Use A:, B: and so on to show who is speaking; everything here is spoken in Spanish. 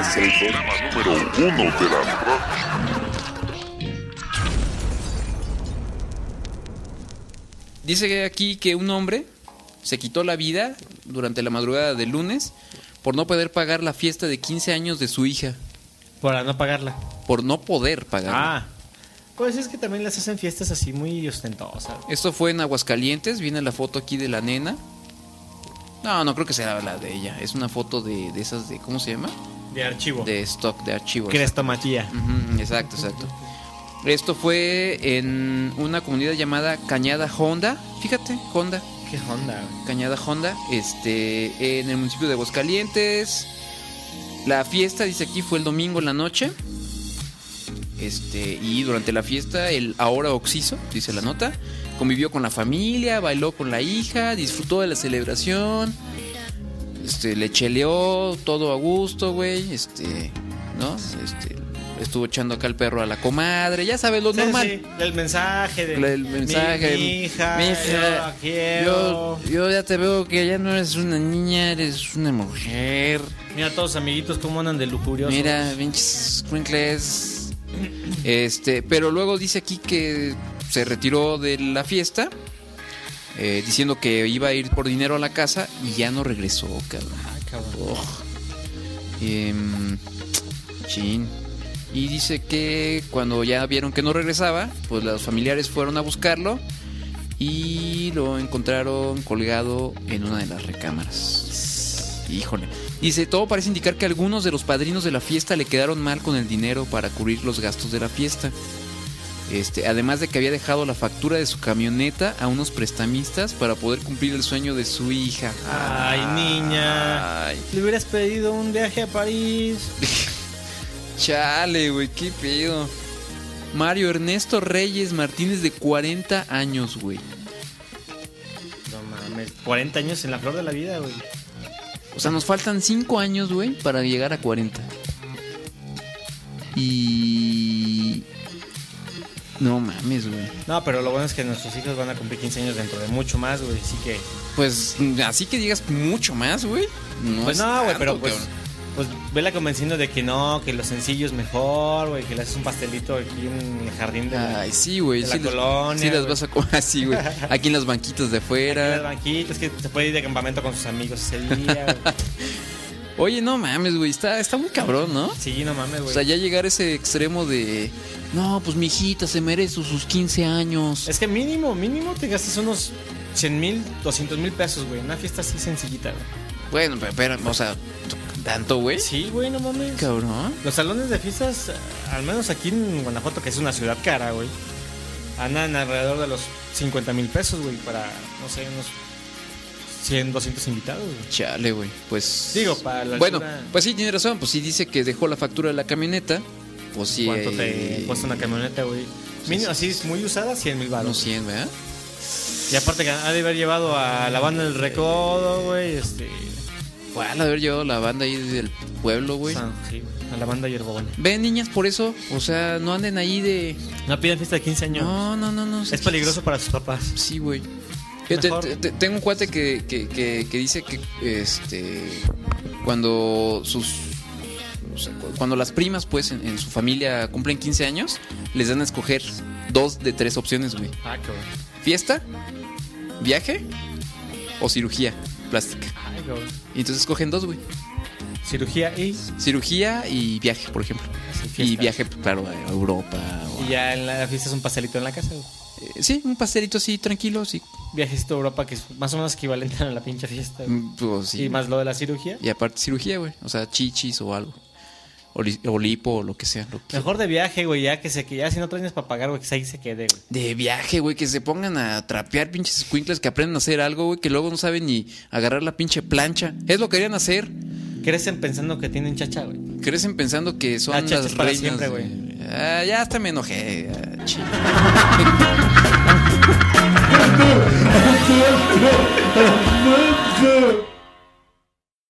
A: Este es el programa número uno de la radio.
B: Dice que aquí que un hombre se quitó la vida durante la madrugada del lunes por no poder pagar la fiesta de 15 años de su hija.
C: Para no pagarla.
B: Por no poder pagar.
C: Ah. Pues es que también las hacen fiestas así muy ostentosas.
B: Esto fue en Aguascalientes. Viene la foto aquí de la nena. No, no creo que sea la de ella. Es una foto de, de esas de. ¿Cómo se llama?
C: De archivo.
B: De stock, de archivos.
C: Crestomatía.
B: Ujú, exacto, exacto. Esto fue en una comunidad llamada Cañada Honda. Fíjate, Honda.
C: ¿Qué onda? güey?
B: Cañada Honda, este, en el municipio de Aguascalientes. La fiesta, dice aquí, fue el domingo en la noche. Este, y durante la fiesta, el ahora oxiso, dice la nota, convivió con la familia, bailó con la hija, disfrutó de la celebración. Este, le cheleó todo a gusto, güey. Este, ¿no? Este, estuvo echando acá el perro a la comadre, ya sabes, lo
C: Sí,
B: Pues normal.
C: sí, El mensaje de.
B: El mensaje.
C: Mi, mi hija.
B: mi
C: Yo
B: hija,
C: la quiero.
B: yo, yo ya te veo que ya no eres una niña, eres una mujer.
C: Mira todos amiguitos cómo andan de lujuriosos.
B: Mira, pinches escuincles. Este, pero luego dice aquí que se retiró de la fiesta. eh, diciendo que iba a ir por dinero a la casa y ya no regresó, cabrón.
C: Ah, cabrón.
B: Ugh. Em, chin. Y dice que cuando ya vieron que no regresaba, pues los familiares fueron a buscarlo y lo encontraron colgado en una de las recámaras. Híjole. Dice, todo parece indicar que algunos de los padrinos de la fiesta le quedaron mal con el dinero para cubrir los gastos de la fiesta. Este, además de que había dejado la factura de su camioneta a unos prestamistas para poder cumplir el sueño de su hija.
C: Ay, niña.
B: Ay.
C: Le hubieras pedido un viaje a París.
B: Chale, güey, qué pedo. Mario Ernesto Reyes Martínez de 40 años, güey.
C: No mames. 40 años en la flor de la vida, güey.
B: O sea, nos faltan 5 años, güey, para llegar a 40. Y... No mames, güey.
C: No, pero lo bueno es que nuestros hijos van a cumplir 15 años dentro de mucho más, güey. Así que.
B: Pues así que digas mucho más, güey. No
C: pues
B: es
C: no, güey,
B: tanto,
C: pero pues.
B: cabrón.
C: Pues vela convenciendo de que no, que lo sencillo es mejor, güey, que le haces un pastelito aquí en el jardín de la-
B: Ay, sí, güey.
C: de
B: sí
C: la
B: las-
C: colonia,
B: Sí las
C: güey.
B: vas a comer así, güey. Aquí en las banquitas de
C: de las
B: afuera.
C: banquitas, que se puede ir de campamento con sus amigos ese día, güey.
B: Oye, no mames, güey. Está, está muy cabrón, ¿no?
C: Sí, no mames,
B: O
C: güey.
B: sea, ya llegar a ese extremo de. No, pues mi hijita se merece sus 15 años.
C: Es que mínimo, mínimo te gastas unos 100 mil, 200 mil pesos, güey. en Una fiesta así sencillita, güey.
B: Bueno, pero, pero, o sea, tanto, güey.
C: Sí, güey, no mames.
B: Cabrón.
C: Los salones de fiestas, al menos aquí en Guanajuato, que es una ciudad cara, güey, andan alrededor de los 50 mil pesos, güey, para, no sé, unos 100, 200 invitados, güey.
B: Chale, güey. Pues.
C: Digo, para la
B: Bueno,
C: altura-
B: pues sí, tiene razón. Pues sí, dice que dejó la factura de la camioneta. Pues sí.
C: ¿Cuánto
B: eh,
C: te cuesta una camioneta, güey? Mínimo, así es muy usada, 100 mil
B: Unos
C: baros.
B: 100, ¿verdad?
C: Y aparte que ha de haber llevado a la banda del recodo, güey, este...
B: ¿Cuál haber llevado la banda ahí del pueblo, güey?
C: San- sí, güey, a la banda Yerbogona.
B: Ven, niñas, por eso. O sea, no anden ahí de.
C: No pidan fiesta de 15 años.
B: No, no, no, no.
C: Es peligroso para sus papás.
B: Sí, güey. Yo te-
C: Mejor.
B: te- te- tengo un cuate que, que- que- que dice que este cuando sus o sea, cu- cuando las primas pues en, en su familia cumplen 15 años, les dan a escoger dos de tres opciones, güey.
C: Ah, cabrón.
B: Fiesta, viaje o cirugía plástica.
C: Ay, cabrón.
B: Y entonces escogen dos, güey.
C: Cirugía y...
B: Cirugía y viaje, por ejemplo. Y
C: fiesta.
B: viaje, claro, a Europa. o a-
C: Y ya en la fiesta es un pastelito en la casa, güey.
B: Eh, sí, un pastelito así, tranquilo, sí.
C: viajecito a Europa que es más o menos equivalente a la pinche fiesta. güey.
B: Mm, pues, sí.
C: Y más lo de la cirugía.
B: Y aparte cirugía, güey. O sea, chichis o algo. O, li- o lipo o lo que sea. lo que-
C: Mejor de viaje, güey, ya que se que ya si no traes para pagar, güey, que ahí se quede, güey.
B: De viaje, güey. Que se pongan a trapear pinches escuincles que aprendan a hacer algo, güey. Que luego no saben ni agarrar la pinche plancha. Es lo que querían hacer.
C: Crecen pensando que tienen chacha, güey.
B: Crecen pensando que son
C: Ah, chachas
B: las
C: para
B: reinas.
C: siempre,
B: güey.
C: güey.
B: Ah, ya hasta me enojé. Ah, chi-